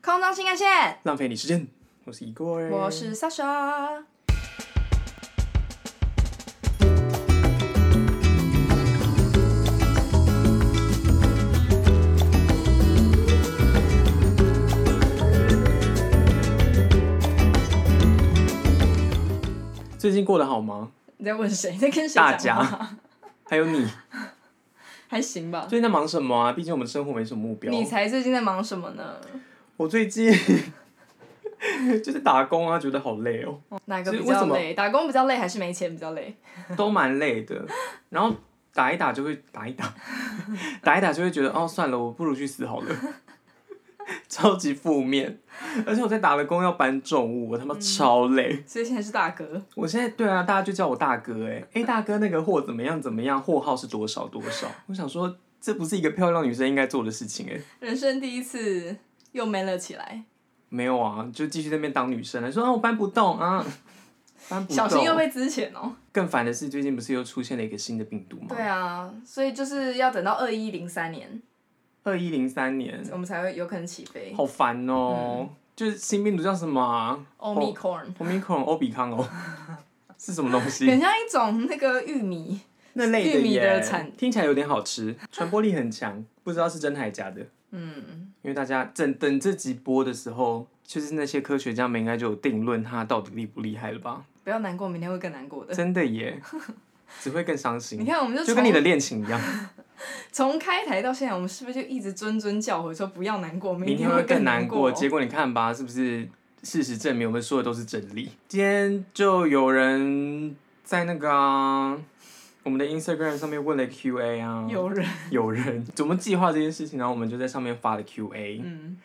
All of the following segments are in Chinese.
空中新干线，浪费你时间。我是 Igor，我是 Sasha。最近过得好吗？你在问谁？你在跟谁大讲话还有你 还行吧？最近在忙什么啊？毕竟我们生活没什么目标。你才最近在忙什么呢？我最近 就是打工啊，觉得好累哦，哪个其实比为较什么累？打工比较累，还是没钱比较累？都蛮累的。然后打一打就会打一打， 打一打就会觉得哦，算了，我不如去死好了， 超级负面。而且我在打了工要搬重物，我他妈嗯超累。所以现在是大哥，我现在对啊，大家就叫我大哥哎、欸、哎、大哥那个货怎么样怎么样，货号是多少多少？我想说，这不是一个漂亮女生应该做的事情哎、人生第一次又 man 了起来，没有啊，就继续在那边当女生了，说啊我搬不动啊，搬不小心又动。被之前哦。更烦的是，最近不是又出现了一个新的病毒吗对？啊，所以就是要等到二一零三年，二一零三年，我们才会有可能起飞。好烦哦、嗯就是新病毒叫什么啊 Omicron， ？Omicron 欧比康哦， 是什么东西？很像一种那个玉米，那类的玉米耶，的产听起来有点好吃，传播力 很强，不知道是真还假的。嗯，因为大家等等这集播的时候，就是那些科学家们应该就有定论它到底厉不厉害了吧？不要难过，明天会更难过的。真 的耶，只会更伤你心，看，我们就就从跟你的恋情一 样，从开台到现在，我们是不是就一直谆谆教诲说不要难过，明天天会更更难过过。？结果你看吧，是不是事实证明我们说的都是真理？今天就有人在那个啊、我们的 Instagram 上面问了 Q&A 啊，有人， 有人怎么计划这件事情，然后我们就在上面发了 Q&A。嗯，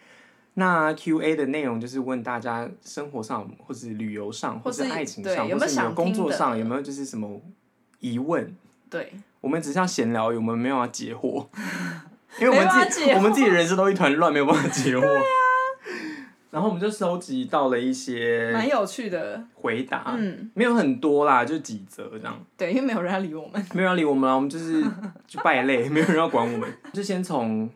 那 Q&A 的内容就是问大家生活上，或是旅游上，或或是是爱情上，对有没或有是你想的工作听上的有没有就是什么疑问？对，我们只是要闲聊，我们没有要解惑， 因为我没们办法自解己惑啊我们自己人生都一团乱，没有办法解惑。然后我们就收集到了一些蛮有趣的，回答，嗯，没有很多啦，就几则这样。对，因为没有人要理我们，没有人要理我们啊，我们就是就败类，没有人要管我们。就先从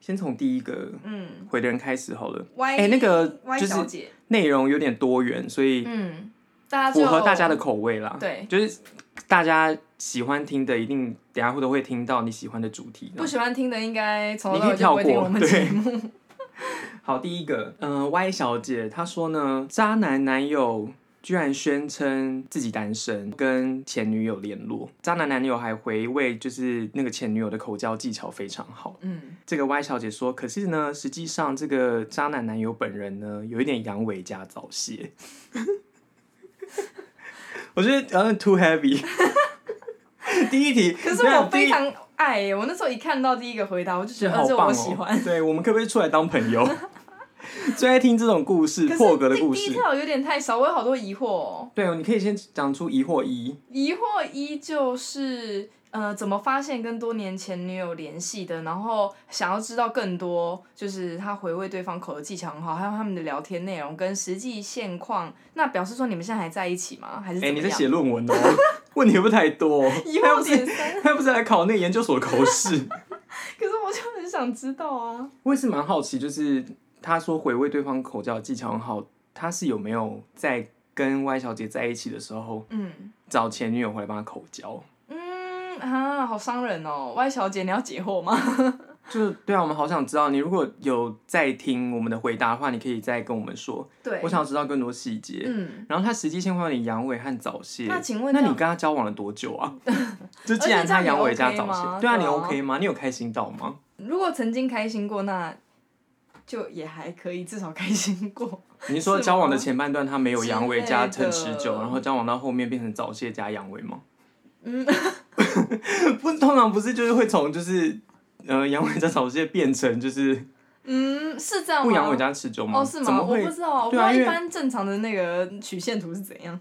先从第一个嗯回的人开始好了。 ，Y，哎那个 Y 就是小姐，内容有点多元，所以嗯，大家就符合大家的口味啦。对，就是大家喜欢听的，一定等一下会都会听到你喜欢的主题。不喜欢听的应该从头到尾你可就以啊跳不会听过我，们节对目，。好，第一个，呃，Y 小姐她说呢，渣男男友居然宣称自己单身，跟前女友联络，渣男男友还回味就是那个前女友的口交技巧非常好。 嗯，这个 Y 小姐说，可是呢，实际上这个渣男男友本人呢，有一点阳痿加早泄。我觉得有点 too heavy。第一题，可是等一下我第非一常爱耶，我那时候一看到第一个回答，我就觉这得好呃这棒我哦！喜欢。对，我们可不可以出来当朋友？ 最爱听这种故事，可破格的是故第事。跳有点太少，我有好多疑惑、哦。对哦，你可以先讲出疑惑一。疑惑一就是呃，怎么发现跟多年前女友联系的，然后想要知道更多，就是他回味对方口的技巧很好，还有他们的聊天内容跟实际现况。那表示说你们现在还在一起吗？还是怎哎、么你在样？写论文哦？问题会不会太多、 疑他又惑不是点三，他又不是来考那个研究所的口试。可是我就很想知道啊。我也是蛮好奇，就是他说回味对方口交技巧很好，他是有没有在跟 Y 小姐在一起的时候嗯找前女友回来帮他口交？嗯啊，好伤人哦，Y 小姐，你要解惑吗？ 就是对啊，我们好想知道你如果有在听我们的回答的话，你可以再跟我们说，对我想要知道更多细节。嗯，然后他实际现况有点阳痿和早泄。那请问那这你样跟他交往了多久 啊？就既而且然这他样阳你痿加 OK 早吗泄，对啊，你对啊 OK 吗？你有开心到吗？如果曾经开心过，那就也还可以，至少开心过。 你是说是交往的吗前半段他没有阳痿加之类陈的持久，然后交往到后面变成早泄加阳痿吗？嗯， 不，通常不是就是会从就是呃阳痿加早泄变成就是嗯，是这样吗？不阳痿加持久吗？哦，是怎吗？么我会不知道啊，我不对知啊道因一为般正常的那个曲线图是怎样。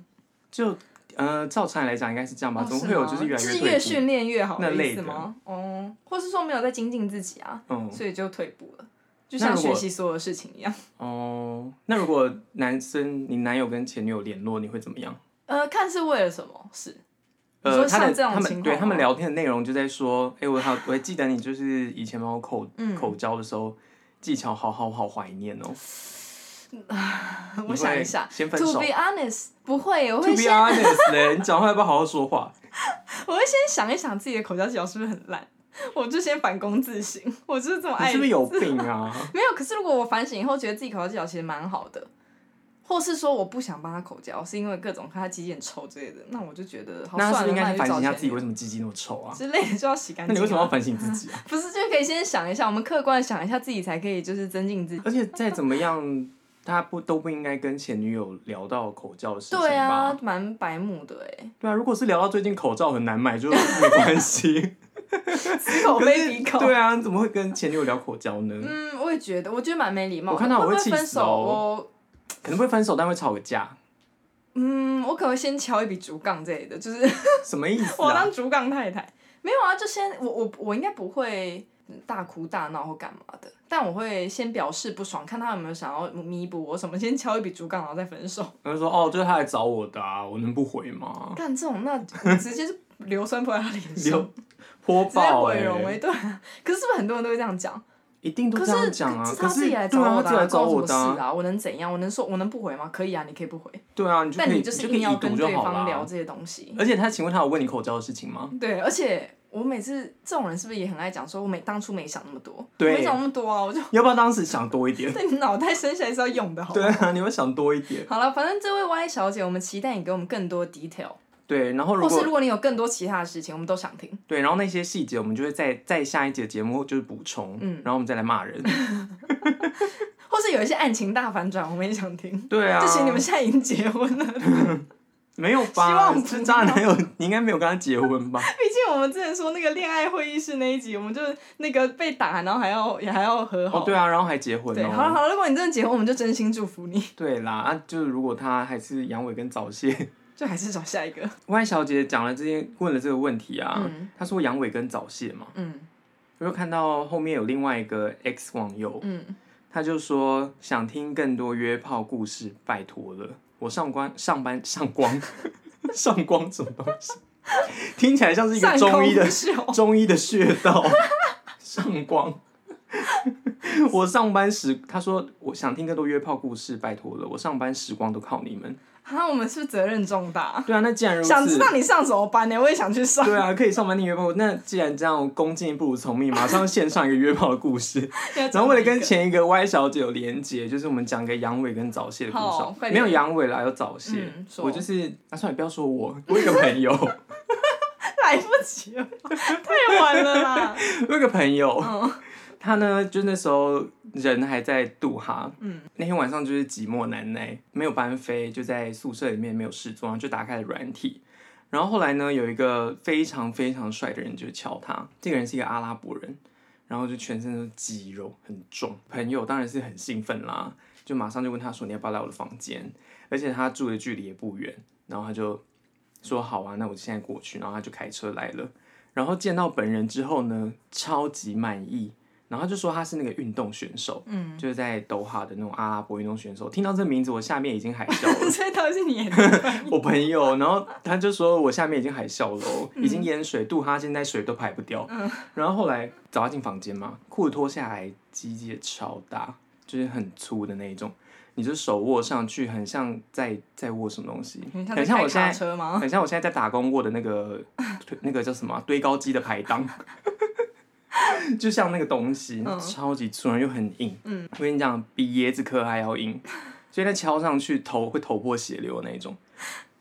就呃照常理来讲应该是这样吧？哦怎么会有就是越来是吗越是越退步？训练越好那的意类思的吗？哦，或是说没有在精进自己啊，嗯所以就退步了，就那像如果学习所有事情一样。哦，那如果男生你男友跟前女友联络，你会怎么样？呃，看是为了什么事。你呃，说他像的这种他情们对况他们吗聊天的内容就在说，哎、我还我还记得你就是以前帮我口、嗯口交的时候，技巧好好好怀念哦。 我想一想先分手，To be honest，不会，我 To 会 be 先 honest，嘞 你讲话要不要好好说话？我会先想一想自己的口交技巧是不是很烂，我就先反躬自省，我就是这么你爱。是不是有病 啊？没有，可是如果我反省以后觉得自己口交技巧其实蛮好的，或是说我不想帮他口交，是因为各种看他鸡眼臭之类的，那我就觉得好那他是算不了，是应该那去就反省找一下前自己为女什么鸡鸡那么臭啊？ 之类的就要洗干那净啊。你为什么要反省自 己啊？不是就可以先想一下，我们客观地想一下自己，才可以就是增进 自己。而且再怎么样，他不都不应该跟前女友聊到口罩的事情吧？对啊，蛮白目的 哎、对啊，如果是聊到最近口罩很难买，就没关系。欸， 口可非是鼻口。对啊，你怎么会跟前女友聊口罩呢？嗯，我也觉得，我觉得蛮没礼貌的。我看到我会会不气分死手，哦我可能会分手，但会吵个架，嗯，我可能会先敲一笔竹杠之类的，就是什么意 思我啊当？竹杠太太。没有啊，就先我我我应该不会大哭大闹或干嘛的，但我会先表示不爽，看他有没有想要弥补我什么，先敲一笔竹杠，然后再分 手。他就说哦，就是他来找我的、啊，我能不回吗？干这种，那你直接是硫酸泼在他脸上 流，泼直接爆哎、毁容哎，对啊。可是是不是很多人都会这样讲？一定都可这是样讲啊！是可他自己来找对啊，我的、他自己来关找我我什的么事啊，啊？我能怎样？我能说我能不回吗？可以啊，你可以不回，对啊，你就可但以你就是你可以硬要已跟读就对好方聊了。这些东西。而且他请问他有问你口罩的事情 吗？对，而且我每次这种人是不是也很爱讲说，我没当初没想那么多，对没想那么多啊， 我就要不要当时想多一点？ 对你脑袋生下来是要用的，好吗对啊，你会想多一点。好了，反正这位 Y 小姐，我们期待你给我们更多 detail，对，然后如或是果如果你有更多其他的事情，我们都想听。对，然后那些细节我们就会在在下一节节目就是补充，嗯然后我们再来 骂人。或是有一些案情大反转，我们也想听。对啊，就行，你们现在已经结婚了， 毕没有希望吧？不是渣男友，你应该没有跟他结婚吧？竟我们之前说那个恋爱会议室那一集，我们就那个被打，然后还要也还要和 好。哦，对啊，然后还结婚对，好了哦。好了，如果你真的结婚，我们就真心祝福你，对啦，啊，就是如果他还是阳痿跟早泄就还是找下一个。 ，Y 小姐讲了这些，问了这个问题啊嗯，她说阳痿跟早泄嘛，嗯我就看到后面有另外一个 X 网友，嗯，他就说想听更多约炮故事，拜托了，我上官 上班上光上光什么东西？听起来像是一个上中医的空秀中医的穴道上光。我上班时，他说我想听更多约炮故事，拜托了，我上班时光都靠你们。啊，我们是不是责任重大。对啊，那既然如此，想知道你上什么班呢？我也想去上。对啊，可以上班听约炮。那既然这样，恭敬不如从命，马上献上一个约炮的 故事。然后为了跟前一个 Y 小姐有连接，就是我们讲个阳痿跟早泄的故事好啊快，点没有阳痿啦，有早泄。嗯说我就是，啊，算了，不要说我，我有一个 朋友，来不及了，太晚了 啦。我有一个朋友，嗯 他呢，就那时候人还在杜哈，嗯那天晚上就是寂寞难耐，没有班飞，就在宿舍里面没有事做，然后就打开了软体。然后后来呢，有一个非常非常帅的人就敲他，这个人是一个阿拉伯人，然后就全身都是肌肉，很壮。朋友当然是很兴奋啦，就马上就问他说你要不要来我的房间？而且他住的距离也不远，然后他就说好啊，那我现在过去，然后他就开车来了。然后见到本人之后呢，超级满意，然后他就说他是那个运动选手，嗯，就是在抖哈的那种阿拉伯运动选手。听到这名字，我下面已经海啸了。所以到底是你演的，我朋友， 然后他就说我下面已经海啸了哦，嗯已经淹水，杜哈现在水都排不掉。然后后来找他进房间嘛，裤子脱下来，鸡鸡也超大，就是很粗的那一种。你就手握上去，很像在在握什么东西，你像很像我现开卡在车吗？很像我现在在打工过的那个推那个叫什么啊、堆高机的排档， 就像那个东西，嗯超级粗，然后又很硬。嗯我跟你讲，比椰子壳还要硬，所以它敲上去头会头破血流的那一种。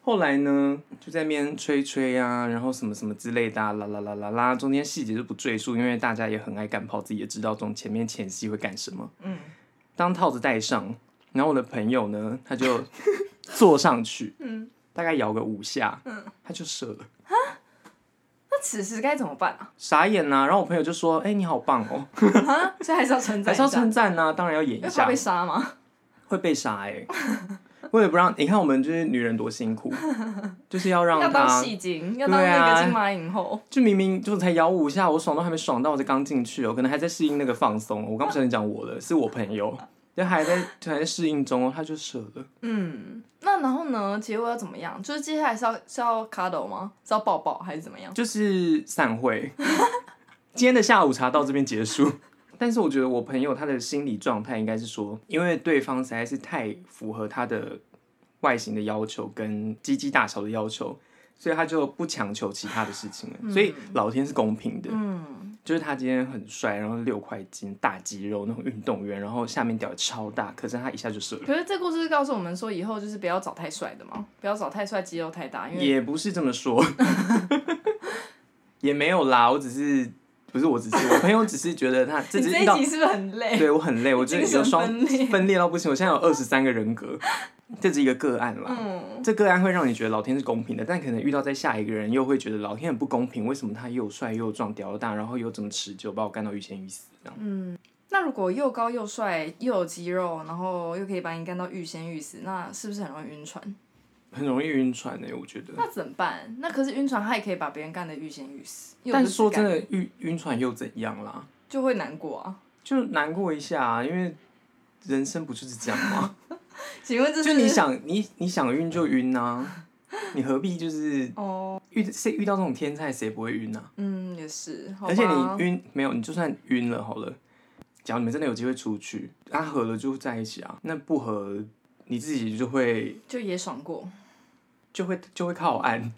后来呢，就在那边吹吹啊，然后什么什么之类的、啊，啦啦啦啦啦，中间细节就不赘述，因为大家也很爱干炮，自己也知道从前面前戏会干什么。嗯，当套子戴上，然后我的朋友呢，他就坐上去，嗯大概摇个五下，他就射了。那此时该怎么办啊？傻眼呐、然后我朋友就说：“哎、你好棒哦，啊，所以还是要称赞还是要一下，称赞呐，当然要演因一为怕下被，杀吗？会被杀哎、为了不让你看我们就是女人多 辛苦，就是要让要当他戏精，要当那对个啊金马影后，就明明就才摇五下，我爽都还没爽到，我才刚进去哦，可能还在适应那个放松。我刚不小心讲我了，是我朋友，就还在就还在适应中哦，他就射了。嗯。那然后呢？结果要怎么样？就是接下来是要是要 cuddle 吗？是要抱抱还是怎么样？ 就是散会。今天的下午茶到这边结束， 但是我觉得我朋友他的心理状态应该是说，因为对方实在是太符合他的外形的要求跟鸡鸡大小的要求，所以他就不强求其他的事情了。所以老天是公平的，嗯，就是他今天很帅，然后六块肌大肌肉那种运动员，然后下面屌超大，可是他一下就射了。可是这故事是告诉我们说，以后就是不要找太帅的嘛，不要找太帅，肌肉太大，因为也不是这么说， 也没有啦，我只是不是我只是我朋友只是觉得他这你只这是一遇到集是不是很累？对我很累，我真的精有神双分裂分裂到不行，我现在有二十三个人格，这是一个个案啦。嗯，这个案会让你觉得老天是公平的，但可能遇到在下一个人又会觉得老天很不公平，为什么他又帅又壮屌又大，然后又这么持久，把我干到欲仙欲死这样？那如果又高又帅又有肌肉，然后又可以把你干到欲仙欲死，那是不是很容易晕船？很容易晕船呢、我觉得。那怎么办？那可是晕船，他也可以把别人干得欲仙欲死，又但不是说干真的，晕晕船又怎样啦？就会难过啊。就难过一下、啊，因为人生不就是这样吗？请问这 就是你想你你想晕就晕啊，你何必就是哦，遇谁遇到这种天才谁不会晕啊？嗯，也是，好吧而且你晕没有，你就算晕了好了，假如你们真的有机会出去，啊合了就在一起啊，那不合你自己就会就也爽过， 就会就会靠岸，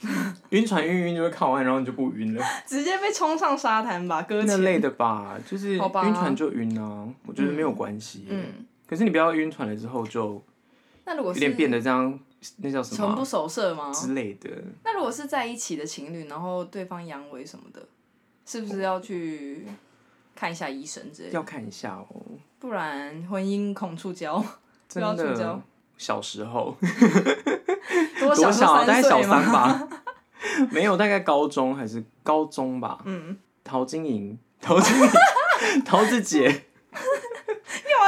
晕船晕晕就会靠岸，然后你就不晕了，直接被冲上沙滩吧，搁那浅。累的吧？就是好吧晕船就晕啊，我觉得没有关系。嗯，可是你不要晕船了之后就那如果有是点变得这样，那叫什么魂啊不守舍吗？之类的。那如果是在一起的情侣，然后对方阳痿什么的，是不是哦要去看一下医生之类的？要看一下哦，不然婚姻恐触礁，真不要触的 礁。小时候多多小小啊，就大概三小岁三嘛。吧， 没有，大概高中还是高中吧。嗯，陶晶莹， 陶 晶莹，桃子姐，干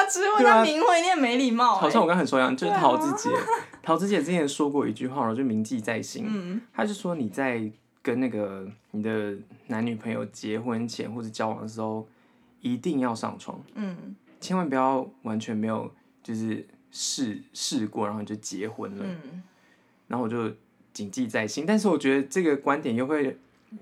嘛直问对啊他名讳？你也没礼貌、好欸。像我刚才很说一样，就对是啊桃子姐。桃子姐之前说过一句话，然后就铭记在心。嗯，她就说你在跟那个你的男女朋友结婚前或者交往的时候，一定要上床，嗯千万不要完全没有就是试试过，然后你就结婚了。嗯，然后我就谨记在心。但是我觉得这个观点又会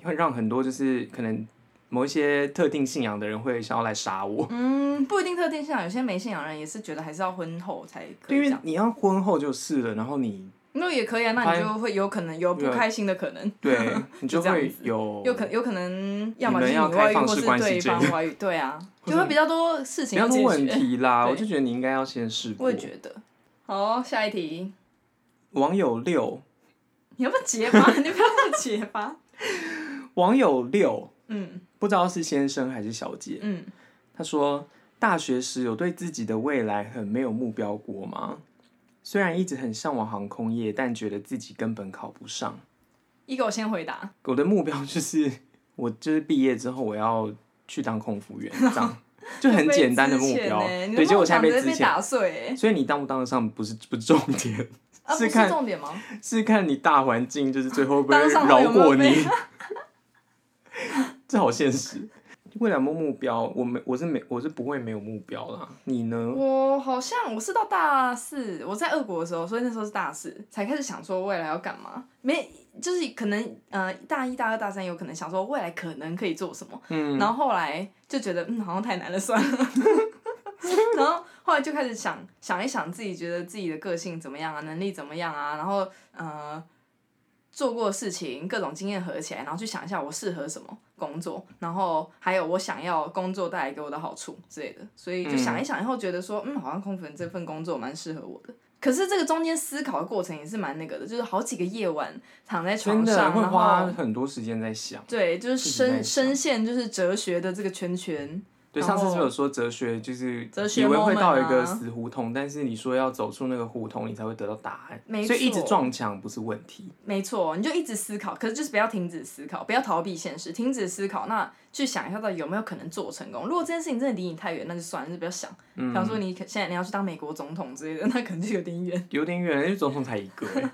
会让很多就是可能某一些特定信仰的人会想要来杀我，嗯，不一定特定信仰，有些没信仰的人也是觉得还是要婚后才可对，因以这为样。你要婚后就是了，然后你那也可以啊，那发你现啊就会有可能有不开心的可能， 对你就嗯就这样会子有有可有可能要么哦就你们是要你外开遇，放或式是关系对制方外遇， 对啊，或就者会比较多事不情要要说解问决。题 啦，对我就觉得你应该要先试过。我也觉得。好，下一题，网友六，你要不要结 巴？你不要那么结巴。网友六，嗯不知道是先生还是小姐，嗯，他说：“大学时有对自己的未来很没有目标过吗？虽然一直很向往航空业，但觉得自己根本考不上。一个我先回答，我的目标就是，我就是毕业之后我要去当空服员，这样就很简单的目标。被之前欸你的对，结果梦我现在想被直接之被前，打碎欸，所以你当不当得上不是不是重点，啊，不是是看重点吗？是看你大环境就是最后会不会当上后饶有没有过你被。 这好现实。未来有没有目标，我没我是没我是不会没有目标啦。你呢？我好像我是到大四，我在俄国的时候，所以那时候是大四才开始想说未来要干嘛，没就是可能呃大一大二大三有可能想说未来可能可以做什么，嗯，然后后来就觉得嗯好像太难了，算了。 然后后来就开始想想一想自己觉得自己的个性怎么样啊，能力怎么样啊，然后呃做过的事情各种经验合起来，然后去想一下我适合什么工作，然后还有我想要工作带来给我的好处之类的，所以就想一想以后觉得说嗯好像空服人这份工作蛮适合我的。可是这个中间思考的过程也是蛮那个的，就是好几个夜晚躺在真床的上，会然花后很多时间在想。对，就是自己在深想深陷就是哲学的这个圈圈。对，然上后次是不是有说哲学就是哲学以为会 moment 到一个啊死胡同，但是你说要走出那个胡同，你才会得到答案。没所以一直错撞墙不是问题。没错，你就一直思考，可是就是不要停止思考，不要逃避现实，停止思考，那去想一下到底有没有可能做成功。如果这件事情真的离你太远，那就算了，就不要想。嗯比方说你可现在你要去当美国总统之类的，那可能就有点远，嗯有点远，因为总统才一 个欸。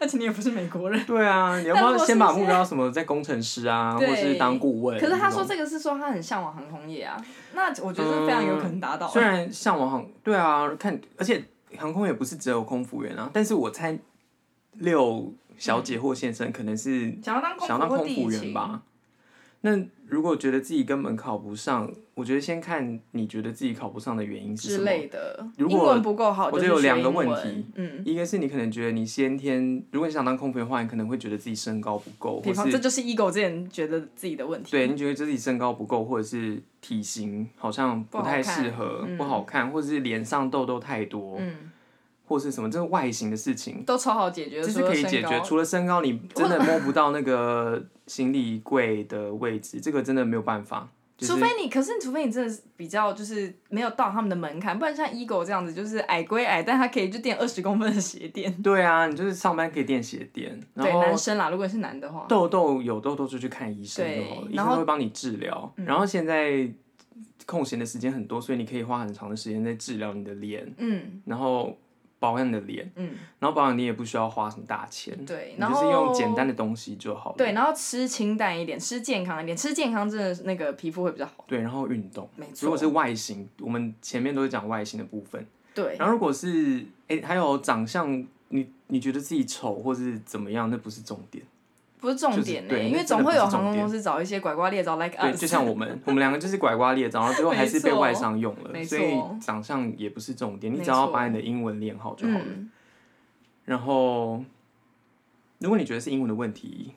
而且你也不是美国人。对啊，你要不但要如果先是把现目标什么在工程师啊，或对是当顾问？可是他说这这个是说他很向往航空业啊，那我觉得非常有可能达到、啊虽然向往航，对啊，看而且航空也不是只有空服员啊，但是我猜六小姐或先生可能是想要当空嗯想要当服或空地服员勤，吧。那如果觉得自己根本考不上，我觉得先看你觉得自己考不上的原因是什之么。类的。如果英文不够好，我就觉去得有学两个英问文题，嗯，一个是你可能觉得你先天，如果你想当空服员的话，你可能会觉得自己身高不够，比或方这是就是 ego 之前觉得自己的问题，对你觉得自己身高不够，或者是体型好像不太适不合，好看嗯不好看，或者是脸上痘痘太多，嗯，或是什么这是外形的事情，都超好解决，这是除了可以身解决高。除了身 高，你真的摸不到那个行李柜的位置，这个真的没有办法。就是、除非你，可是除非你真的是比较就是没有到他们的门槛，不然像 ego 这样子，就是矮归矮，但他可以就垫二十公分的鞋垫。对啊，你就是上班可以垫鞋垫，对，然后男生啦，如果你是男的话，痘痘有痘痘就去看医生就好了，对医然生后嗯都会帮你治疗。然后现在空闲的时间很多，所以你可以花很长的时间在治疗你的脸，嗯然后保养你的脸，嗯，然后保养你也不需要花什么大钱，对，你然就后是用简单的东西就好了。对，然后吃清淡一点，吃健康一点，吃健康真的是那个皮肤会比较好，对，然后运动。没错。如果是外形，我们前面都是讲外形的部分。对，然后如果是哎、还有长相，你你觉得自己丑或是怎么样，那不是重点。不是重点呢、就是对因为那真总的会有不是重航空点公司找一些拐瓜裂枣 like 对， us，就像我们，我们两个就是拐瓜裂枣，然后最后还是被没错外商用了，没所错以长相也不是重点，你没只要错把你的英文练好就好了。嗯，然后，如果你觉得是英文的问题，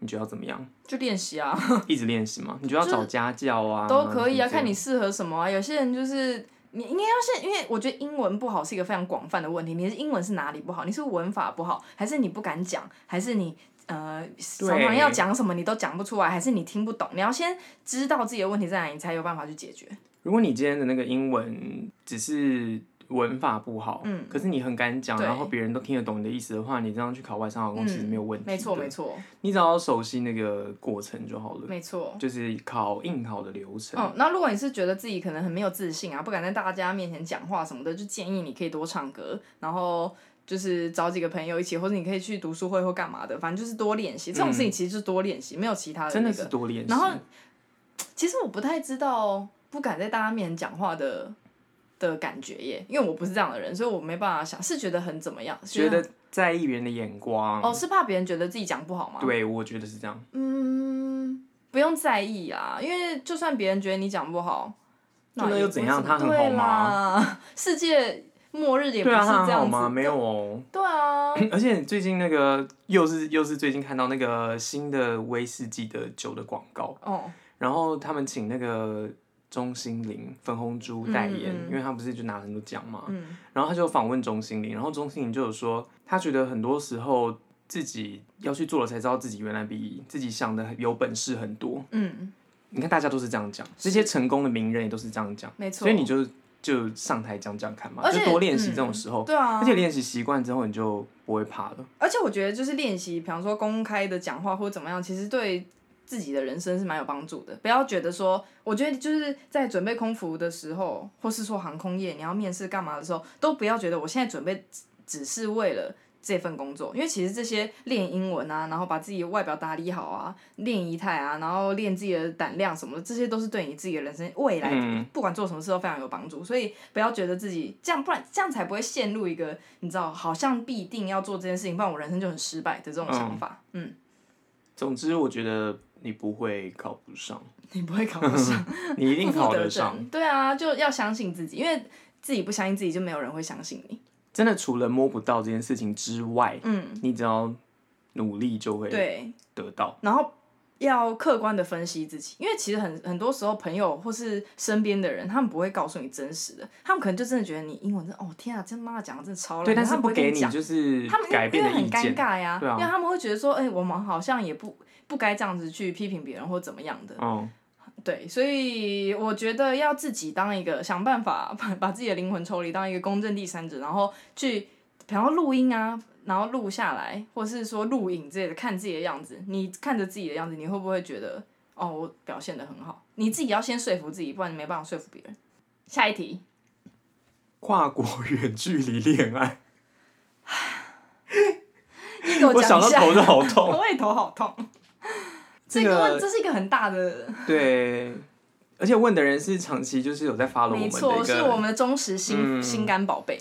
你觉得要怎么样？ 就练习啊，一直练习吗？你觉得要就是找家教啊？都可以啊，什么之类看的你适合什么啊。有些人就是你应该要是，因为我觉得英文不好是一个非常广泛的问题。你是英文是哪里不好？你是文法不好，还是你不敢讲，还是你呃常常要讲什么你都讲不出来，还是你听不懂？你要先知道自己的问题在哪里，你才有办法去解决。如果你今天的那个英文只是文法不好，嗯可是你很敢讲，对嗯然后别人都听得懂你的意思的话，你这样去考外商航空其实没有问题、没错，没，错，你只要熟悉那个过程就好了，没错。就是考应考的流程。嗯，那如果你是觉得自己可能很没有自信啊，不敢在大家面前讲话什么的，就建议你可以多唱歌，然后就是找几个朋友一起，或者你可以去读书会或干嘛的，反正就是多练习。这种事情其实就是多练习，没有其他的、嗯真那的个。是多练习。然后啊其实我不太知道不敢在大家面前讲话的的感觉耶，因为我不是这样的人，所以我没办法想，是觉得很怎么样？觉得在意别人的眼光，哦，是怕别人觉得自己讲不好吗？对我觉得是这样。嗯，不用在意啊，因为就算别人觉得你讲不好，那那也又不怎是样什么他很对好吗啦？世界末日也不是对啊，他这很好样吗？子。没有哦。对啊，而且最近那个又是又是最近看到那个新的威士忌的酒的广告，哦，然后他们请那个钟欣凌、粉红猪代言，嗯嗯嗯因为他不是就拿很多奖嘛。嗯，然后他就访问钟欣凌，然后钟欣凌就有说，他觉得很多时候自己要去做了才知道自己原来比自己想的有本事很多。嗯，你看大家都是这样讲，这些成功的名人也都是这样讲，没错。所以你就就上台讲讲看嘛，而就且多练习嗯这种时候，对啊，而且练习习惯之后你就不会怕了。而且我觉得就是练习，比方说公开的讲话或者怎么样，其实对自己的人生是蛮有帮助的。不要觉得说，我觉得就是在准备空服的时候，或是说航空业你要面试干嘛的时候，都不要觉得我现在准备只只是为了。这份工作，因为其实这些练英文啊，然后把自己外表打理好啊，练仪态啊，然后练自己的胆量什么的，这些都是对你自己的人生未来、嗯不管做什么事都非常有帮助。所以不要觉得自己这样，不然这样才不会陷入一个你知道，好像必定要做这件事情，不然我人生就很失败的这种想法。嗯，总之，我觉得你不会考不 上，你不会考不上，你一定负负考得得上。正。对啊，就要相信自己，因为自己不相信自己，就没有人会相信你。真的，除了摸不到这件事情之外，嗯，你只要努力就会对。得到。然后要客观的分析自己，因为其实很很多时候朋友或是身边的人，他们不会告诉你真实的，他们可能就真的觉得你英文真哦天啊，真妈讲的真的超烂，对，但是他们不不会跟给你你讲。就是他们因改为变的意很尴见。尬呀、对啊因为他们会觉得说，哎、我们好像也不不该这样子去批评别人或怎么样的，嗯，对，所以我觉得要自己当一个想办法把把自己的灵魂抽离，当一个公正第三者，然后去，比方说录音啊，然后录下来，或是说录影之类的，看自己的样子。你看着自己的样子，你会不会觉得哦，我表现的很好？你自己要先说服自己，不然你没办法说服别人。下一题，跨国远距离恋爱，你 给我我讲一想到下，头就好痛。我也头好痛。这这个个问，这是一个很大的，对，而且问的人是长期就是有在发了我们没的一错，是我个们的忠实心、嗯心肝宝贝。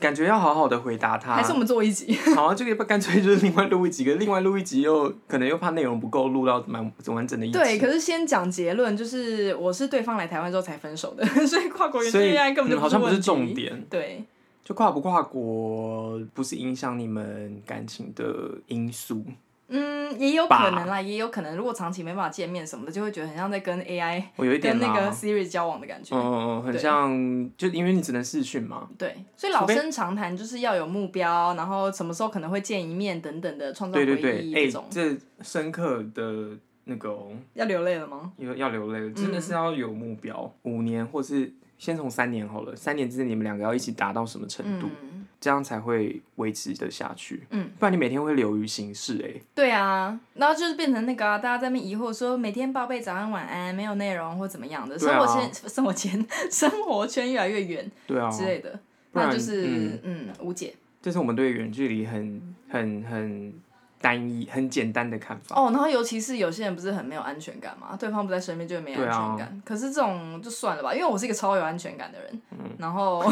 感觉要好好的回答他。还是我们做一集？ 好啊，这个干脆就是另外录一集，可是另外录一集又可能又怕内容不够，录到蛮完整的一集。对，可是先讲结论，就是我是对方来台湾之后才分手的， 所以跨国远距所以离恋爱根本就嗯好像不不是是问题。重点，对，就跨不跨国不是影响你们感情的因素。嗯，也有吧可能啦，也有可能，如果长期没办法见面什么的，就会觉得很像在跟 AI、我有一点跟啦，那个 Siri 交往的感觉。嗯，很对像，就因为你只能视讯嘛，对，所以除老非生常谈，就是要有目标，然后什么时候可能会见一面等等的，创造对回对对忆，哎、这种。这深刻的那个哦要流泪了吗？要要流泪，真的是要有目标，五年或是先从三年好了，三年之内你们两个要一起达到什么程度，嗯，这样才会维持得下去。嗯，不然你每天会流于形式、哎，对啊，然后就是变成那个、啊、大家在那边疑惑说，每天报备早安晚安，没有内容或怎么样的，对生啊活圈、 生活圈、生活圈越来越远对啊，之类的，不然那就是嗯嗯无解。这是我们对远距离很很很单一、很简单的看法。哦，然后尤其是有些人不是很没有安全感嘛，对方不在身边就会没安对啊全感。可是这种就算了吧，因为我是一个超有安全感的人，嗯然后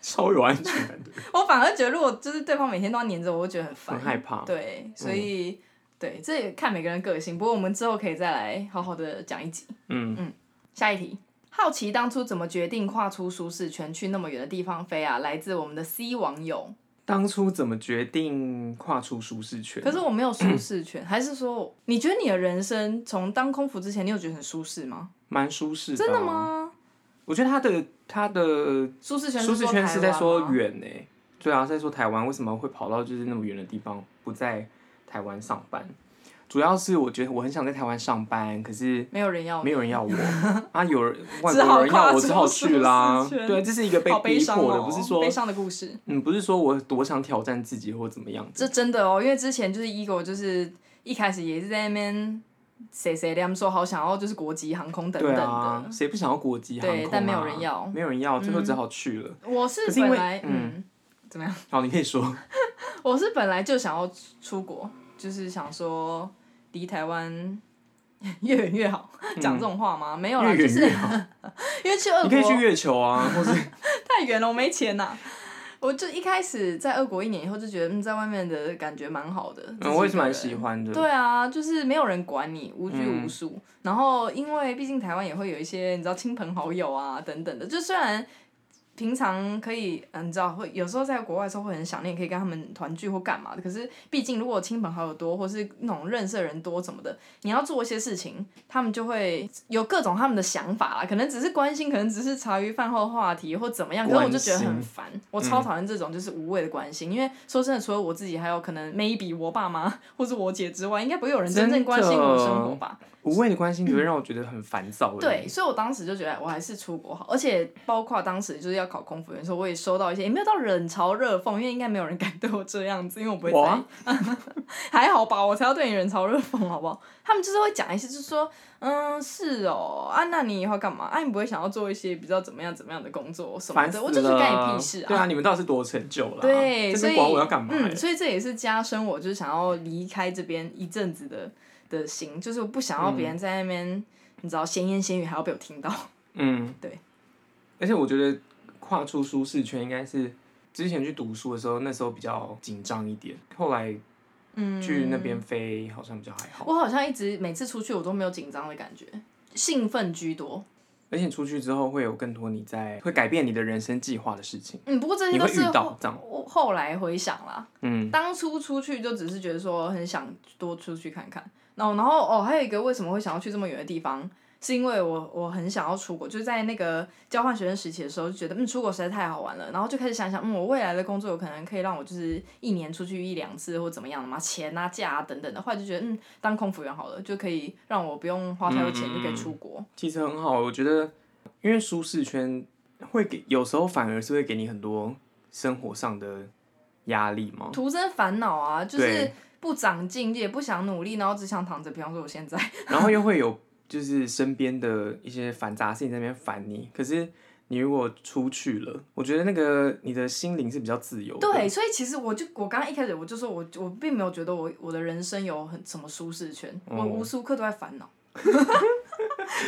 超有安全感的，我反而觉得如果就是对方每天都要黏着我，我会觉得很烦很。害怕。嗯对，所以、对，这也看每个人个性。不过我们之后可以再来好好的讲一集。嗯下一题，好奇当初怎么决定跨出舒适圈去那么远的地方飞啊？来自我们的 C 网友。当初怎么决定跨出舒适圈？可是我没有舒适圈， 还是说你觉得你的人生从当空服之前，你有觉得很舒适吗？蛮舒适的、啊真的？吗？我觉得他的他的舒适圈嗯舒适圈是是在说台说湾吗远呢、对啊，是在说台湾为什么会跑到就是那么远的地方，不在台湾上班。主要是我觉得我很想在台湾上班，可是没有人要没有人 要我啊，有人外只国好人要跨我，出只好去啦舒适。圈对，这是一个被好悲逼伤迫的，哦，不是说悲伤的故事。嗯，不是说我多想挑战自己或怎么样。这真的哦，因为之前就是 ego 就是一开始也是在那边谁谁他们说好想要就是国籍航空等等对的，啊，谁不想要国际航空、对啊？但没有人要嗯没有人要，最后只好去了。我是可是因本为来嗯嗯好，你可以说。我是本来就想要出国，就是想说离台湾 越远越好，讲这种话吗？ 没有啦，嗯越就远是越好，因为去俄你可以去国月球啊， 或是太远了，我没钱呐、我就一开始在俄国一年以后就觉得，嗯，在外面的感觉蛮好的。自己嗯，我也一是个蛮人喜欢的。嗯对啊，就是没有人管你，无拘无束。然后，因为毕竟台湾也会有一些你知道亲朋好友啊等等的，就虽然平常可以，嗯，你知道会有时候在国外的时候会很想念，可以跟他们团聚或干嘛的。可是，毕竟如果亲朋好友多，或是那种认识的人多什么的，你要做一些事情，他们就会有各种他们的想法啦，可能只是关心，可能只是茶余饭后的话题或怎么样，可是我就觉得关很心嗯烦，我超讨厌这种就是无谓的关心，因为说真的，除了我自己，还有可能 maybe 我爸妈或是我姐之外，应该不会有人真真正的关心我的生活吧？无谓的关心只会让我觉得很烦躁。对，，所以我当时就觉得我还是出国好，而且包括当时就是要考空服员的时候，我也收到一些也没有到冷嘲热讽，因为应该没有人敢对我这样子，因为我不会我在啊意。 还好吧，我才要对你冷嘲热讽，好不好？他们就是会讲一些，就是说，嗯，是哦，啊，那你以后干嘛？啊，你不会想要做一些比较怎么样怎么样的工作什么烦死的？了。我就觉得干你屁事对啊，你们到底是多有成就啦？对，这所跟以管我要干嘛、欸嗯，所以这也是加深我就是想要离开这边一阵子的的心，就是我不想要别人在那边，你知道闲言闲语还要被我 听到。嗯，对。而且我觉得跨出舒适圈应该是之前去读书的时候，那时候比较紧张一点，后来嗯，去那边飞好像比较还好。我好像一直每次出去我都没有紧张的感觉，兴奋居多。而且你出去之后会有更多你在会改变你的人生计划的事情，嗯，不过这些你都会是遇后到这样。我后来回想啦，嗯，当初出去就只是觉得说很想多出去看看，然后然后哦，还有一个为什么会想要去这么远的地方，是因为我我很想要出国，就在那个交换学生时期的时候就觉得嗯出国实在太好玩了，然后就开始想想嗯我未来的工作有可能可以让我就是一年出去一两次或怎么样的嘛，钱啊假啊等等的，后来就觉得嗯当空服员好了，就可以让我不用花太多钱就可以出国，其实很好，我觉得，因为舒适圈会给，有时候反而是会给你很多生活上的压力嘛。徒增烦恼啊，就是对。不长进，也不想努力，然后只想躺着。比方说，我现在，然后又会有就是身边的一些繁杂事情在那边烦你，可是你如果出去了，我觉得那个你的心灵是比较自由的。对，所以其实我就我刚刚一开始我就说我我并没有觉得我我的人生有很什么舒适圈，我哦无时无刻都在烦恼，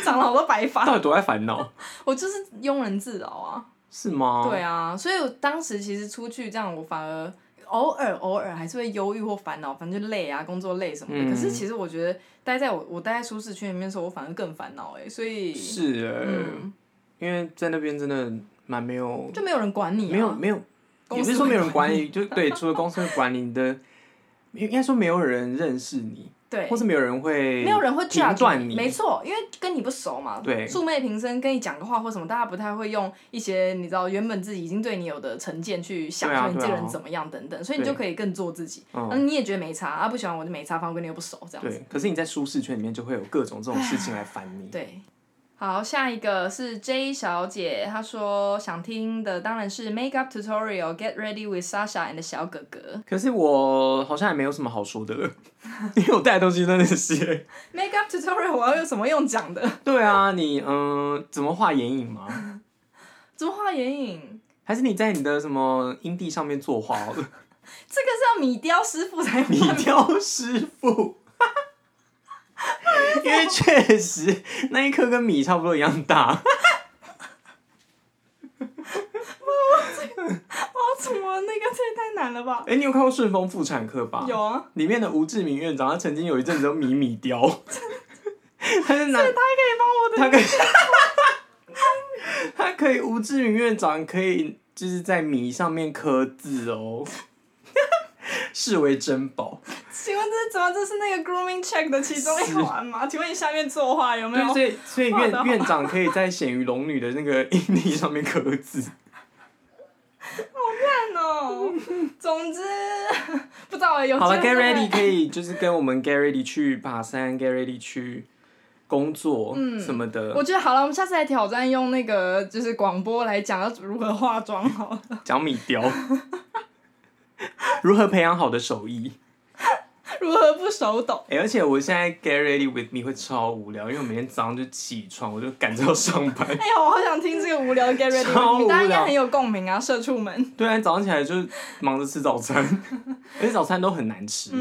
长了好多白发， 到底多在烦恼？我就是庸人自扰啊。是吗？对啊，所以我当时其实出去这样，我反而偶尔偶尔还是会忧郁或烦恼，反正就累啊，工作累什么的。嗯可是其实我觉得待在我我待在舒适圈里面的时候，我反而更烦恼哎，所以是哎、嗯，因为在那边真的蛮没有，就没有人管你、啊，没有没有，公司也不是说没有人管你，就对，除了公司会管你的，应该说没有人认识你，对或，是没有人会没有人会评 judge 断没错，因为跟你不熟嘛，对素昧平生，跟你讲个话或什么，大家不太会用一些你知道原本自己已经对你有的成见去想对啊说你这个对啊人怎么样等等，所以你对就可以更做自己。嗯嗯，你也觉得没差啊，不喜欢我就没差，反正我跟你又不熟这样子。对，可是你在舒适圈里面就会有各种这种事情来烦你。对，好，下一个是 J 小姐，她说想听的当然是 Makeup Tutorial Get Ready with Sasha and 小哥哥。可是我好像也没有什么好说的 了，因为我带的东西都那些。 Makeup Tutorial 我要有什么用讲的？ 对啊，你嗯、呃怎么画眼影吗？怎么画眼影？还是你在你的什么阴蒂上面作画好了？ 这个是要米雕师傅才米米雕师傅， 因为确实那一颗跟米差不多一样大。 哦，怎么那个这也太难了 吧？哎、你有看过《顺丰妇产科》吧？有啊，里面的吴志明院长，他曾经有一阵子都迷米雕， 他是拿他可以帮我他的。可以， 他可以吴志明院长可以就是在米上面刻字哦， 视为珍宝。请问这是怎么？这是那个 grooming check 的其中一环吗？请问你下面作画有没对，有？所以所以画 院得好院长可以在显鱼龙女的那个印泥上面刻字。 看 哦。总之不知道欸有好了机会，Get 再 ready 可以就是跟我们 Get ready 去爬山，Get ready 去工作，什么的嗯我，觉得好了，我们下次来挑战用那个就是广播来讲要如何化妆好了。讲米雕， 如何培养好的手艺。如何不手 抖？哎、而且我现在 get ready with me 会超无聊，因为我每天早上就起床，我就赶着要上班。 哎呀，我好想听这个无聊的 Get Ready，超 With Me，无聊大家应该很有共鸣啊，社畜们。对啊，早上起来就是忙着吃早餐， 而且早餐都很难吃，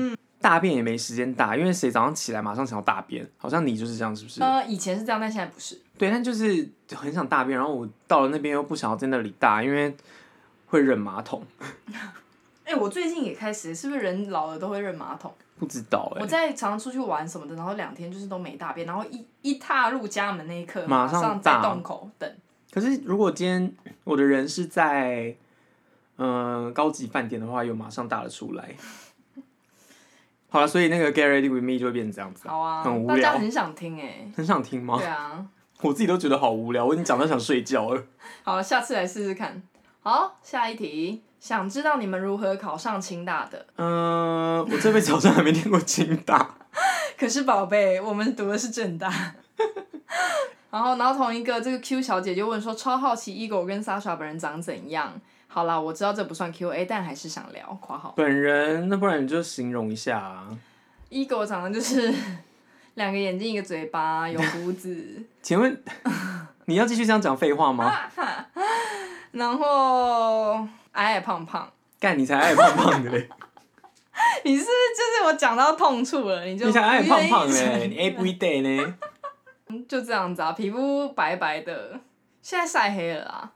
大便也没时间大，因为谁早上起来马上想要大便？好像你就是这样，是不是？呃，以前是这样，但现在不是。对，但就是很想大便，然后我到了那边又不想要在那里大，因为会忍马桶。哎、我最近也开始，是不是人老了都会认马桶？不知道哎、我在常常出去玩什么的，然后两天就是都没大便，然后一一踏入家门那一刻，马马上在大洞口等。可是如果今天我的人是在嗯、呃高级饭店的话，又马上打了出来。好了，所以那个 Get Ready with Me 就会变成这样子，好啊很，无大家聊，哦很想听 哎、很想听吗对？啊，我自己都觉得好无聊，我已经讲到想睡觉了。好，下次来试试看。好，下一题，想知道你们如何考上清大的？ 嗯、我这辈子好像还没念过清大，可是宝贝，我们读的是正大。 然后，然后同一个这个 Q 小姐就问说，超好奇 Ego 跟 Sasha 本人长怎样？好啦，我知道这不算 Q&A，但还是想聊。括号 本人那不然你就形容一下、啊， ，Ego 长得就是 两个眼睛、一个嘴巴，有胡子， 请问 你要继续这样讲废话吗？然后矮矮胖胖。干，你才矮矮胖胖的嘞，你是不是就是我讲到痛处了， 你就你才矮矮胖胖不的愿嘞，意你 every day 呢？ 就这样子啊，皮肤白白的，现在晒黑了啊。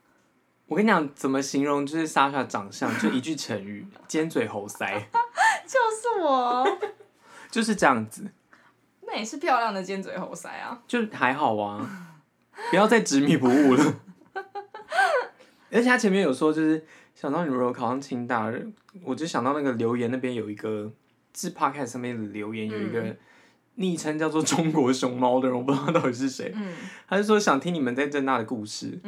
我跟你讲，怎么形容就是莎莎长相，就一句成语：尖嘴猴腮， 就是我，就是这样子，那也是漂亮的尖嘴猴腮 啊。就还好啊， 不要再执迷不悟了。 而且他前面有说，就是想到你如果考上清大，我就想到那个留言那边有一个，是 podcast 上面的留言有一嗯个昵称叫做“中国熊猫”的人，我不知道他到底是谁。嗯他就说想听你们在正大的故事，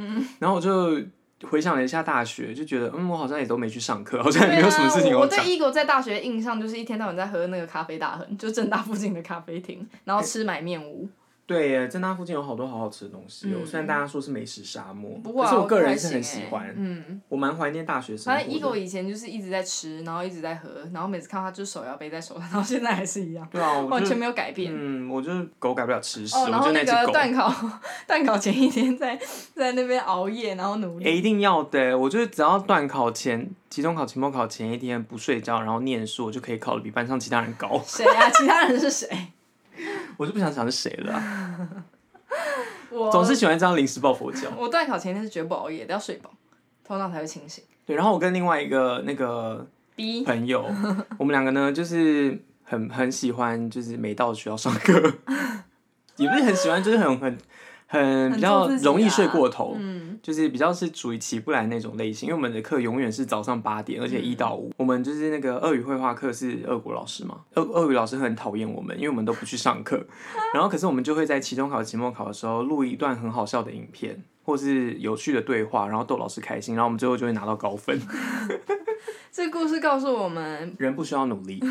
然后我就回想了一下大学，就觉得嗯，我好像也都没去上课，好像也没有什么事情对啊我。我讲对。Ego 在大学的印象就是一天到晚在喝那个咖啡大亨，就正大附近的咖啡厅，然后吃买面屋。对耶，正大附近有好多好好吃的东西哦。嗯虽然大家说是美食沙漠，不过、啊、可是我个人是是很喜欢，嗯，我蛮怀念大学生反活正 Ego 的。以前就是一直在吃，然后一直在喝，然后每次看到他就是手摇杯在手上，然后现在还是一样，对啊，我完就全没有改变。嗯，我就是狗改不了吃屎，哦，然我后就那只个狗。断考， 断考前一天在在那边熬夜，然后努哎、力。一定要的！我就是只要断考前、期中考、期末考前一天不睡觉，然后念书，我就可以考的比班上其他人高。 谁啊？ 其他人是谁？我就不想想是谁了啊、我总是喜欢这样临时抱佛脚。我断考前一天是绝不熬夜的，要睡饱。头脑才会清醒。对，然后我跟另外一个那个 B，朋 友，我们两个呢就是很很喜欢，就是没到学校上课， 也不是很喜欢，就是很很很比较很做自己啊容易睡过头。嗯，就是比较是属于起不来那种类型，因为我们的课永远是早上八点，而嗯且一到五。我们就是那个俄语绘画课是俄国老师嘛，俄俄语老师很讨厌我们，因为我们都不去上课。 然后可是我们就会在期中考、期末考的时候录一段很好笑的影片，或是有趣的对话，然后逗老师开心，然后我们最后就会拿到高分。这故事告诉我们，人不需要努力，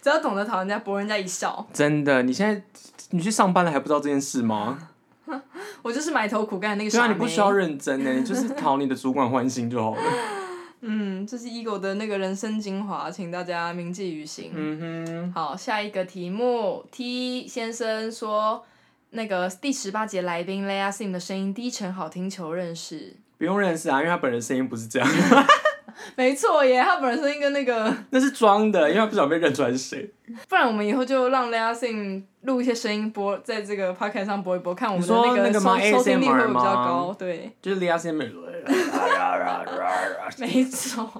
只要懂得讨人家博人家一笑，真的，你现在你去上班了还不知道这件事吗？我就是埋头苦干的那个对傻啊，妹。你不需要认真欸呢，你就是讨你的主管欢心就好了。嗯，这是 ego 的那个人生精华，请大家铭记于心。嗯好，下一个题目，T 先生说，那个第十八节来宾 Lea Sim 的声音低沉好听，求认识。哼，不用认识啊，因为他本人声音不是这样， 没错耶，他本人声音跟那个，那是装的，因为他不想被认出来是谁。不然我们以后就让 Lea Sim 录一些声音播，在这个 p o d c a s t 上播一播，看我们的你说个那个收吗收听率会 ASMR 比较吗高。对，就是利亚先美，没错。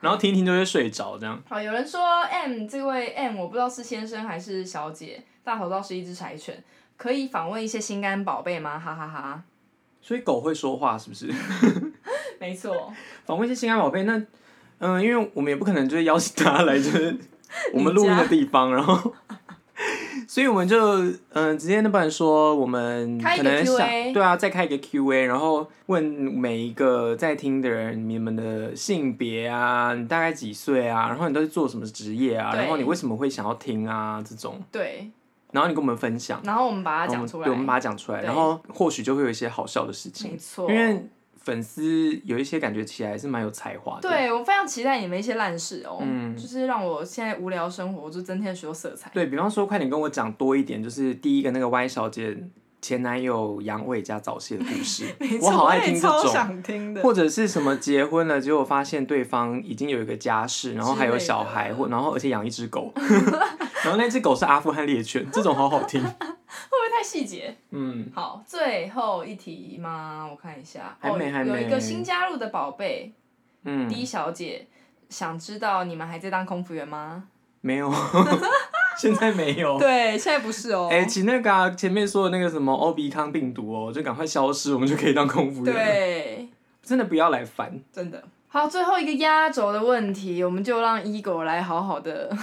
然后听一听就会睡着，这样好，有人说 M 这位 M 我不知道是先生还是小姐，大头照是一只柴犬，可以访问一些心肝宝贝吗？哈哈哈所以狗会说话是不是？没错，访问一些心爱宝贝，那嗯、因为我们也不可能就是邀请他来， 就是我们录音的地方，然后， 所以我们就嗯、直接那不然说我们开一可个能想 Q&A 对啊，再开一个 Q&A，然后问每一个在听的人你们的性别啊，你大概几岁啊，然后你都是做什么职业啊，对然后你为什么会想要听啊这种，对，然后你跟我们分享。然后我们把它然后我讲们出来，对，我们把它讲出来，对然后或许就会有一些好笑的事没情，错，因为粉丝有一些感觉起来是蛮有才华的，对我非常期待你们一些烂事哦，嗯就是让我现在无聊生活就增添许多色彩。对比方说，快点跟我讲多一点，就是第一个那个 Y 小姐前男友阳痿加早泄的故事 没，错我好爱也听这超种。想听 的。或者是什么结婚了，结果发现对方已经有一个家室，然后还有小孩，或然后而且养一只狗， 然后那只狗是阿富汗猎犬，这种好好听。会不会太细节？嗯，好，最后一题吗？我看一下，还没哦、还没有一个新加入的宝贝、嗯 D 小姐，想知道你们还在当空服员吗？没有， 现在没有。对，现在不是哦。哦哎、请那个、啊、前面说的那个什么欧比康病毒哦，就赶快消失，我们就可以当空服员了。对，真的不要 来烦。真的。好，最后一个压轴的问题，我们就让 ego 来好好的。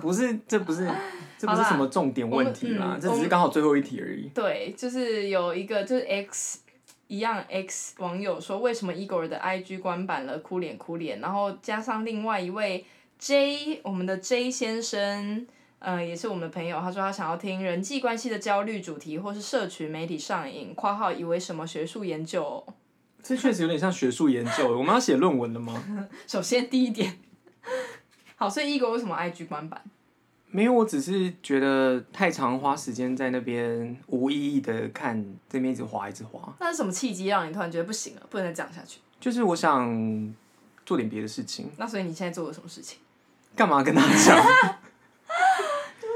不是，这 不是，这不好是啦什么重点问题我啦们，嗯这只是刚好最后一题而已。对，就是有一个就是 X 一样 X 网友说，为什么 Igor 的 IG 关版了，哭脸哭脸，然后加上另外一位 J 我们的 J 先生。呃，也是我们的朋友，他说他想要听人际关系的焦虑主题，或是社群媒体上瘾（括号以为什么学术研究哦、这确实有点像学术研究，我们要写论文 了吗？首先第一点， 好，所以 Igor 为什么 IG 关版？没有，我只是觉得太常花时间在那边无意义的看这边一直滑一直滑，那是什么契机让你突然觉得不行了，不能再这样下去？就是我想做点别的事情，那所以你现在做了什么事情？干嘛跟他讲？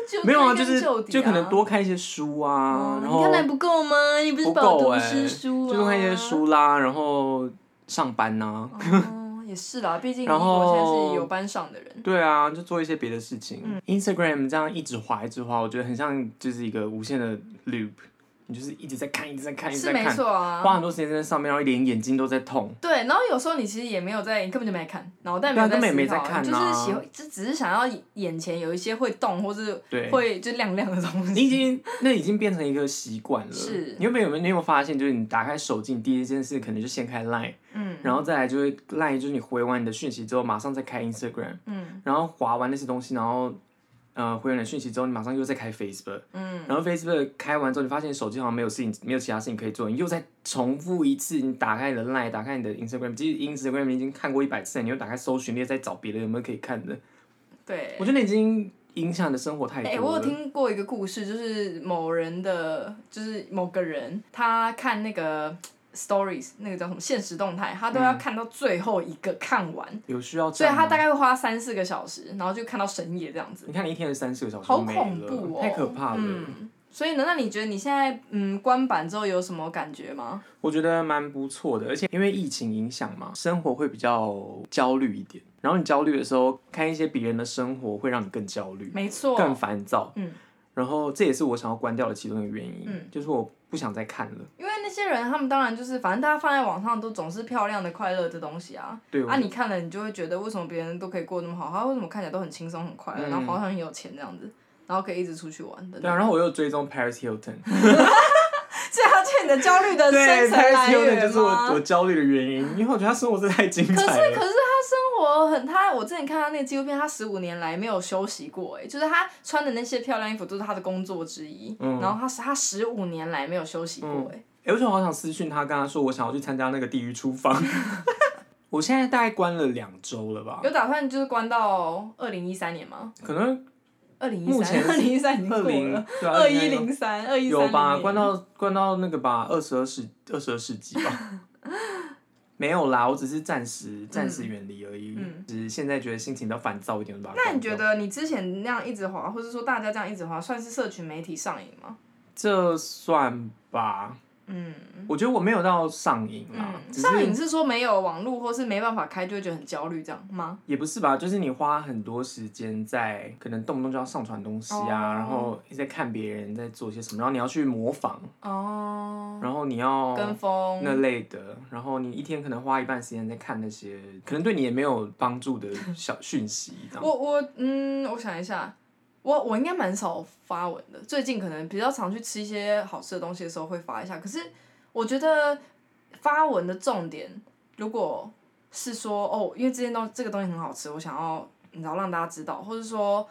就没有啊，追就根是究底就可啊能多看一些书啊，哦然你后看来不够吗？你不是不饱够读哎、诗书啊？就看一些。书啦，然后上班呐、啊哦，也是啦，毕竟然我后现在是有班上的人。对啊，就做一些别的事情。Instagram 嗯这样一直滑一直滑，我觉得很像就是一个无限的 loop，你就是一直在看，一直在看，一直是在没看，错花啊。很多时间在上面，然后连眼睛都在痛。对，然后有时候你其实也没有在，你根本就没看，脑袋没有对啊根本也没思考在看啊就是喜欢，就只是想要眼前有一些会动或是对，会就亮亮的东你西。已经那已经变成一个习惯了。是你有没有你有没有发现，就是你打开手机，你第一件事可能就先开 Line，嗯然后再来就是 Line，就是你回完你的讯息之后，马上再开 Instagram，嗯然后划完那些东西，然后。呃，回完你的讯息之后，你马上又再开 Facebook，嗯，然后 Facebook 开完之后，你发现手机好像没有事情，没有其他事情可以做，你又再重复一次，你打开你的 Line，打开你的 Instagram，其实 Instagram 你已经看过一百次了，你又打开搜寻列再找别的有没有可以看的。对我。觉得你已经影响你的生活太多哎、了。我有听过一个故事，就是某人的，就是某个人，他看那个 stories，那个叫什么现实动态，他都要嗯看到最后一个看完，有需要这所以样吗，他大概会花三四个小时，然后就看到深夜这样子，你看你一天的三四个小时好没恐了怖哦，太可怕了。嗯，所以呢，那你觉得你现在嗯关版之后有什么感觉吗？我觉得蛮不错的，而且因为疫情影响嘛，生活会比较焦虑一点。然后你焦虑的时候，看一些别人的生活，会让你更焦虑、没错，更烦躁。嗯，然后这也是我想要关掉的其中一个原因，嗯就是我不想再看了。因为那些人他们当然就是，反正大家放在网上都总是漂亮的、快乐的东西啊。对，我啊，你看了你就会觉得为什么别人都可以过得那么好，他为什么看起来都很轻松、很快乐，嗯然后好像很有钱这样子，然后可以一直出去玩等对等。啊，然后我又追踪 Paris Hilton，所以他就是你的焦虑的 对生存，Paris 来 Hilton 源就是我我吗？焦虑的原因，因为我觉得他生活真的太精彩可是，了。可是他生活很，他我之前看他那个纪录片，他十五年来没有休息过，哎，就是他穿的那些漂亮衣服都是他的工作之一，嗯然后他他十五年来没有休息过，哎、哎、我就好想私讯他，跟他说我想要去参加那个地狱厨 房。我现在大概关了两周了吧，有打算就是关到二零一三年吗？可能二零一目三，前二零一三已经过二零了，对啊二一20零三，二一三有吧？关到关到那个吧，二十二世二十二世纪吧。 没有啦，我只是暂时暂时远离而已，嗯只是现在觉得心情比较烦躁一点吧。那你觉得你之前那样一直滑，或者说大家这样一直滑，算是社群媒体上瘾吗？这算吧？嗯我觉得我没有到上瘾啦，嗯，啊只上瘾是是说没有网络，或是没办法开，就会觉得很焦虑这样吗？也不是吧，就是你花很多时间在可能动不动就要上传东西啊，哦然后一直在看别人在做些什么，然后你要去模仿，哦，然后你要跟风，那类的，然后你一天可能花一半时间在看那些可能对你也没有帮 助的小讯息，这样。我我嗯，我想一下，我我应该蛮少发文的。最近可能比较常去吃一些好吃的东西的时候会发一下，可是我觉得发文的重点，如果是说哦，因为这件东这个东西很好吃，我想要你知道让大家知道，或者说。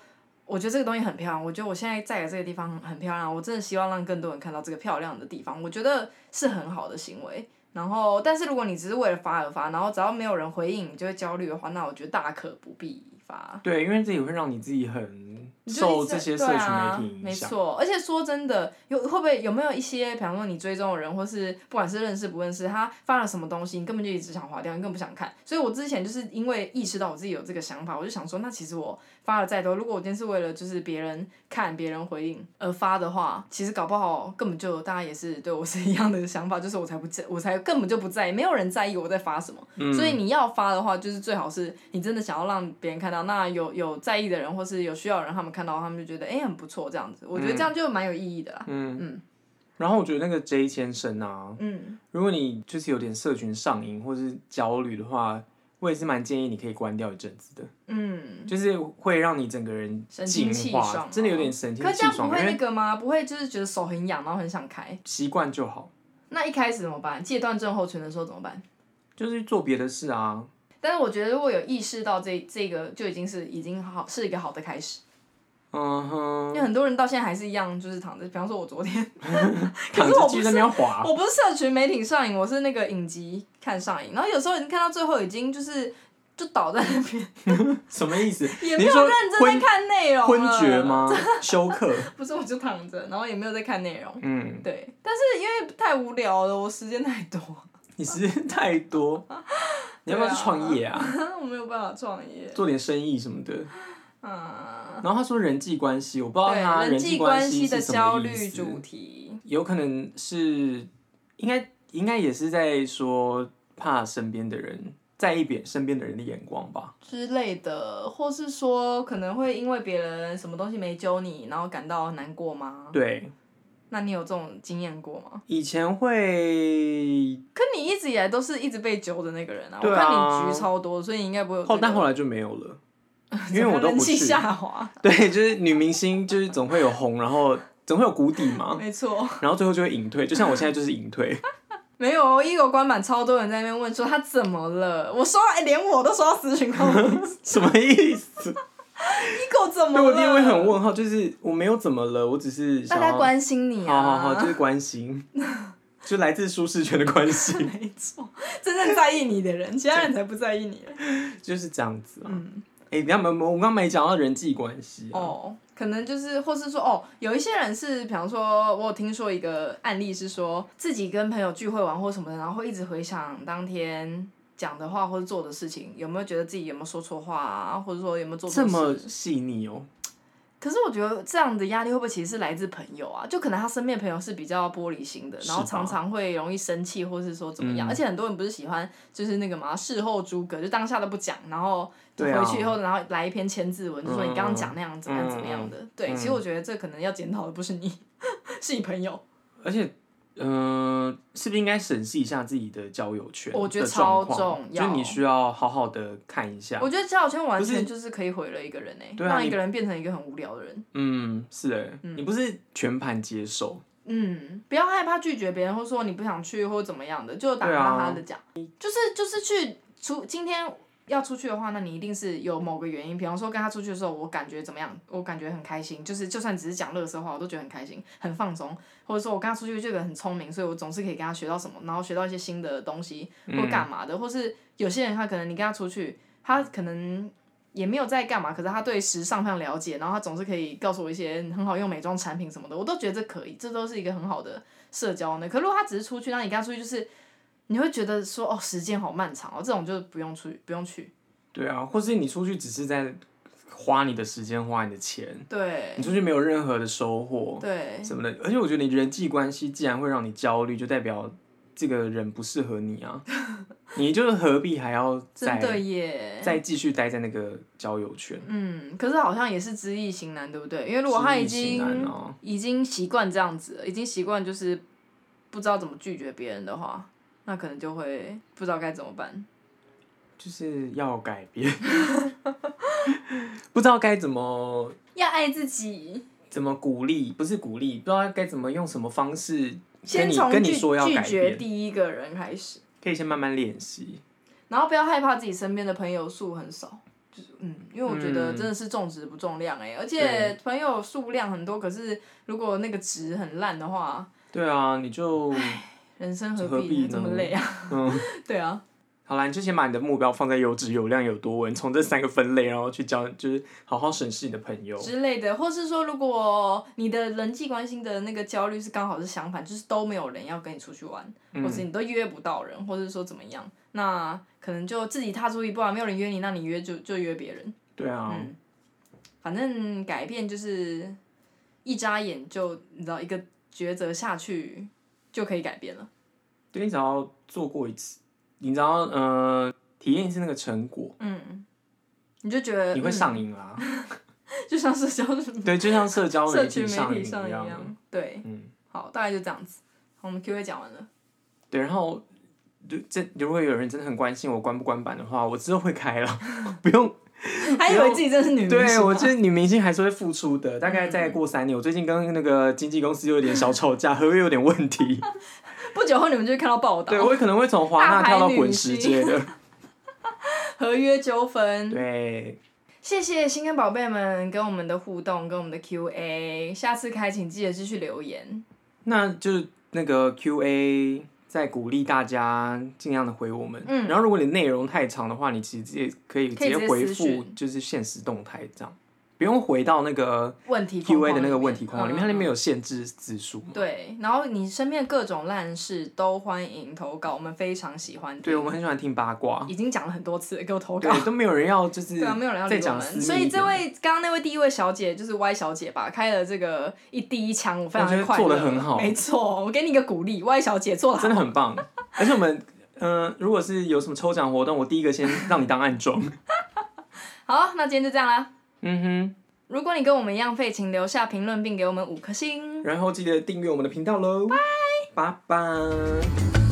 我觉得这个东西很漂亮，我觉得我现在在的这个地方很很漂亮，我真的希望让更多人看到这个漂亮的地方，我觉得是很好的行为。然后，但是如果你只是为了发而发，然后只要没有人回应，你就会焦虑的话，那我觉得大可不必发。对，因为这也会让你自己很你就受一直这对些社群媒啊体影没响。错，而且说真的，有会不会有没有一些，比方说你追踪的人，或是不管是认识不认识，他发了什么东西，你根本就一直想划掉，你根本不想看。所以我之前就是因为意识到我自己有这个想法，我就想说，那其实我发了再多，如果我今天是为了就是别人看、别人回应而发的话，其实搞不好根本就大家也是对我是一样的想法，就是我才不在，我才根本就不在意，没有人在意我在发什么。嗯所以你要发的话，就是最好是你真的想要让别人看到，那有有在意的人或是有需要的人，他们看到他们就觉得哎、诶很不错这样子，我觉得这样就蛮有意义的啦。嗯嗯然后我觉得那个 J 先生啊，嗯，如果你就是有点社群上瘾或是焦虑的话，我也是蛮建议你可以关掉一阵子的，嗯，就是会让你整个人神净清气化爽，真的有哦点神清可是这气样不爽，会因那为个吗？不会就是觉得手很痒，然后很想开。习惯就好，那一开始怎么办？戒断症候群的时候怎么办？就是做别的事啊。但是我觉得如果有意识到这这个，就已经是已经好是一个好的开始。嗯哼，因为很多人到现在还是一样，就是躺着。比方说，我昨天躺我着不去那边滑， 我不是社群媒体上瘾，我是那个影集看上瘾。然后有时候你看到最后已经就是就倒在那边，什么意思？ 也你没是有说认真在昏看内容昏了厥？吗？休克？ 不是，我就躺着，然后也没有在看内容。嗯，对，但是因为太无聊了，我时间太多，你时间太 多，你要不要去创业啊？我没有办法创业。做点生意什么的。嗯，然后他说人际关系，我不知道对，他人际际关关系的是什焦么意虑思，主题。有可能是应该应该也是在说怕身边的人在意别身边的人的眼光吧。之类的，或是说可能会因为别人什么东西没揪你，然后感到难过吗？对，那你有这种经验过吗？以前会，可你一直以来都是一直被揪的那个人啊，对我啊看你局超多，所以你应该不会有、这后个哦但后来就没有 了，因为我都人不气去。下滑，对，就是女明星，就是总会有红，然后总会有谷底嘛。没错，然后最后就会隐退，就像我现在就是隐 退。没有哦，一狗官版超多人在那边问说他怎么了，我收到、哎连我都收到私讯告诉我什么意思？一狗怎么对我了？第一位很问号，就是我没有怎么了，我只是大想家要关心你好啊，好好，就是 关心，就来自舒适圈的关心，没错，真正在意你的人，其他人才不在意你嘞。 就是这样子啊。嗯，哎、你看没我我刚没讲到人际关系、啊，哦，可能就是，或是说，哦，有一些人是，比方说，我有听说一个案例是说，自己跟朋友聚会玩或什么的，然后会一直回想当天讲的话或者做的事情，有没有觉得自己有没有说错话啊，或者说有没有做错这么事细腻哦，可是我觉得这样的压力会不会其实是来自朋友啊？就可能他身边的朋友是比较玻璃心的，是吧然后常常会容易生气，或是说怎么样。嗯而且很多人不是喜欢就是那个嘛事后诸葛，就当下都不讲，然后对啊回去以后，然后来一篇千字文，就说嗯你刚刚讲那样怎么样嗯怎么样的。对，嗯其实我觉得这可能要检讨的不是你， 是你朋友。而且，嗯，是不是应该审视一下自己的交友圈的状况？我觉得超重要就你需要好好的看一下我。觉得交友圈完啊不是全就是可以毁了一个人诶、欸对啊让你一个人变成一个很无聊的人。嗯，是哎、你不是全盘接受，嗯，不要害怕拒绝别人，或说你不想去或怎么样的，就打对哈啊哈的讲，就是就是去出今天。要出去的话，那你一定是有某个原因，比方说跟他出去的时候，我感觉怎么样？我感觉很开心，就是就算只是讲乐色话，我都觉得很开心，很放松。或者说我跟他出去，这个人很聪明，所以我总是可以跟他学到什么，然后学到一些新的东西嗯或干嘛的。或是有些人他可能你跟他出去，他可能也没有在干嘛，可是他对时尚非常了解，然后他总是可以告诉我一些很好用美妆产品什么的，我都觉得这可以，这都是一个很好的社交呢。可如果他只是出去，让你跟他出去，就是你会觉得说哦，时间好漫长哦，这种就不用出去，不用去。对啊，或是你出去只是在花你的时间、花你的钱，对你出去没有任何的收获对什么的。而且我觉得你人际关系既然会让你焦虑，就代表这个人不适合 你啊，你就是何必还要真的再耶。再继续待在那个交友圈？嗯，可是好像也是知易行难，对不对？因为如果他已知易经、行难哦已经习惯这样子了，已经习惯就是不知道怎么拒绝别人的话，那可能就会不知道该怎么办。就是要改变， 不知道该怎么要爱自己。怎么鼓励，不是鼓励，不知道该怎么用什么方式跟先你从跟你拒说要拒改绝变，第一个人开始，可以先慢慢练习。然后不要害怕自己身边的朋友数很少，就是嗯，因为我觉得嗯真的是重质不重量哎、而且对朋友数量很多，可是如果那个值很烂的话，对啊，你就人生何何必必呢这么累啊？嗯，对啊，好啦，你就先把你的目标放在有质有量有多稳，从这三个分类，然后去交，就是好好审视你的朋友。之类的，或是说，如果你的人际关系的那个焦虑是刚好是相反，就是都没有人要跟你出去玩，或嗯是你都约不到人，或者说怎么样，那可能就自己踏出一步啊，没有人约你，那你约就就约别人。对啊，嗯反正改变就是一眨眼就你知道一个抉择下去就可以改变了。对你只要做过一次，你只要呃体验一次那个成果，嗯，你就觉得你会嗯上瘾啦。就像社交 对，就像社交嗯 社媒群媒体上瘾体一上一样。样。对，嗯，好，大概就这样子。好我们 Q A 讲完了， 对，然后就这如果有人真的很关心我关不关版的话，我之后会 开了，不用。还以为自己真是女明星啊对吗。我觉得女明星还是会付出的，大概再过三年，我最近跟那个经纪公司有点小吵架，合约有点问题，不久后你们就会看到报对道，我可能会从华大纳牌跳到女滚石星界的。 合约纠纷。对，谢谢新跟宝贝们跟我们的互动，跟我们的 Q A。下次开请记得继续留言。那就是那个 Q&A。在鼓励大家尽量的回我们，嗯然后如果你内容太长的话，你其实也可以直可以直接接回私复，讯就是现实动态这样，不用回到那个问题 Q A 框的那个里面问题框里面，嗯它里面有限制字数嘛？对，然后你身边的各种烂事都欢迎投稿，我们非常喜欢听。对，我们很喜欢听八卦，已经讲了很多次了，给我投稿。对，都没有人要，就 是对啊，没有人要再理我讲们，私密一点，所以这位刚刚那位第一位小姐就是 Y 小姐吧，开了这个一第一枪，我非常我觉的得快乐，做得很好没错，我给你一个鼓励，Y 小姐做的真的很棒，而且我们。嗯、如果是有什么抽奖活动，我第一个先让你当暗装。好，那今天就这样啦。嗯如果你跟我们一样废，请留下评论并给我们五颗星哼，。然后记得订阅我们的频道喽。拜拜拜。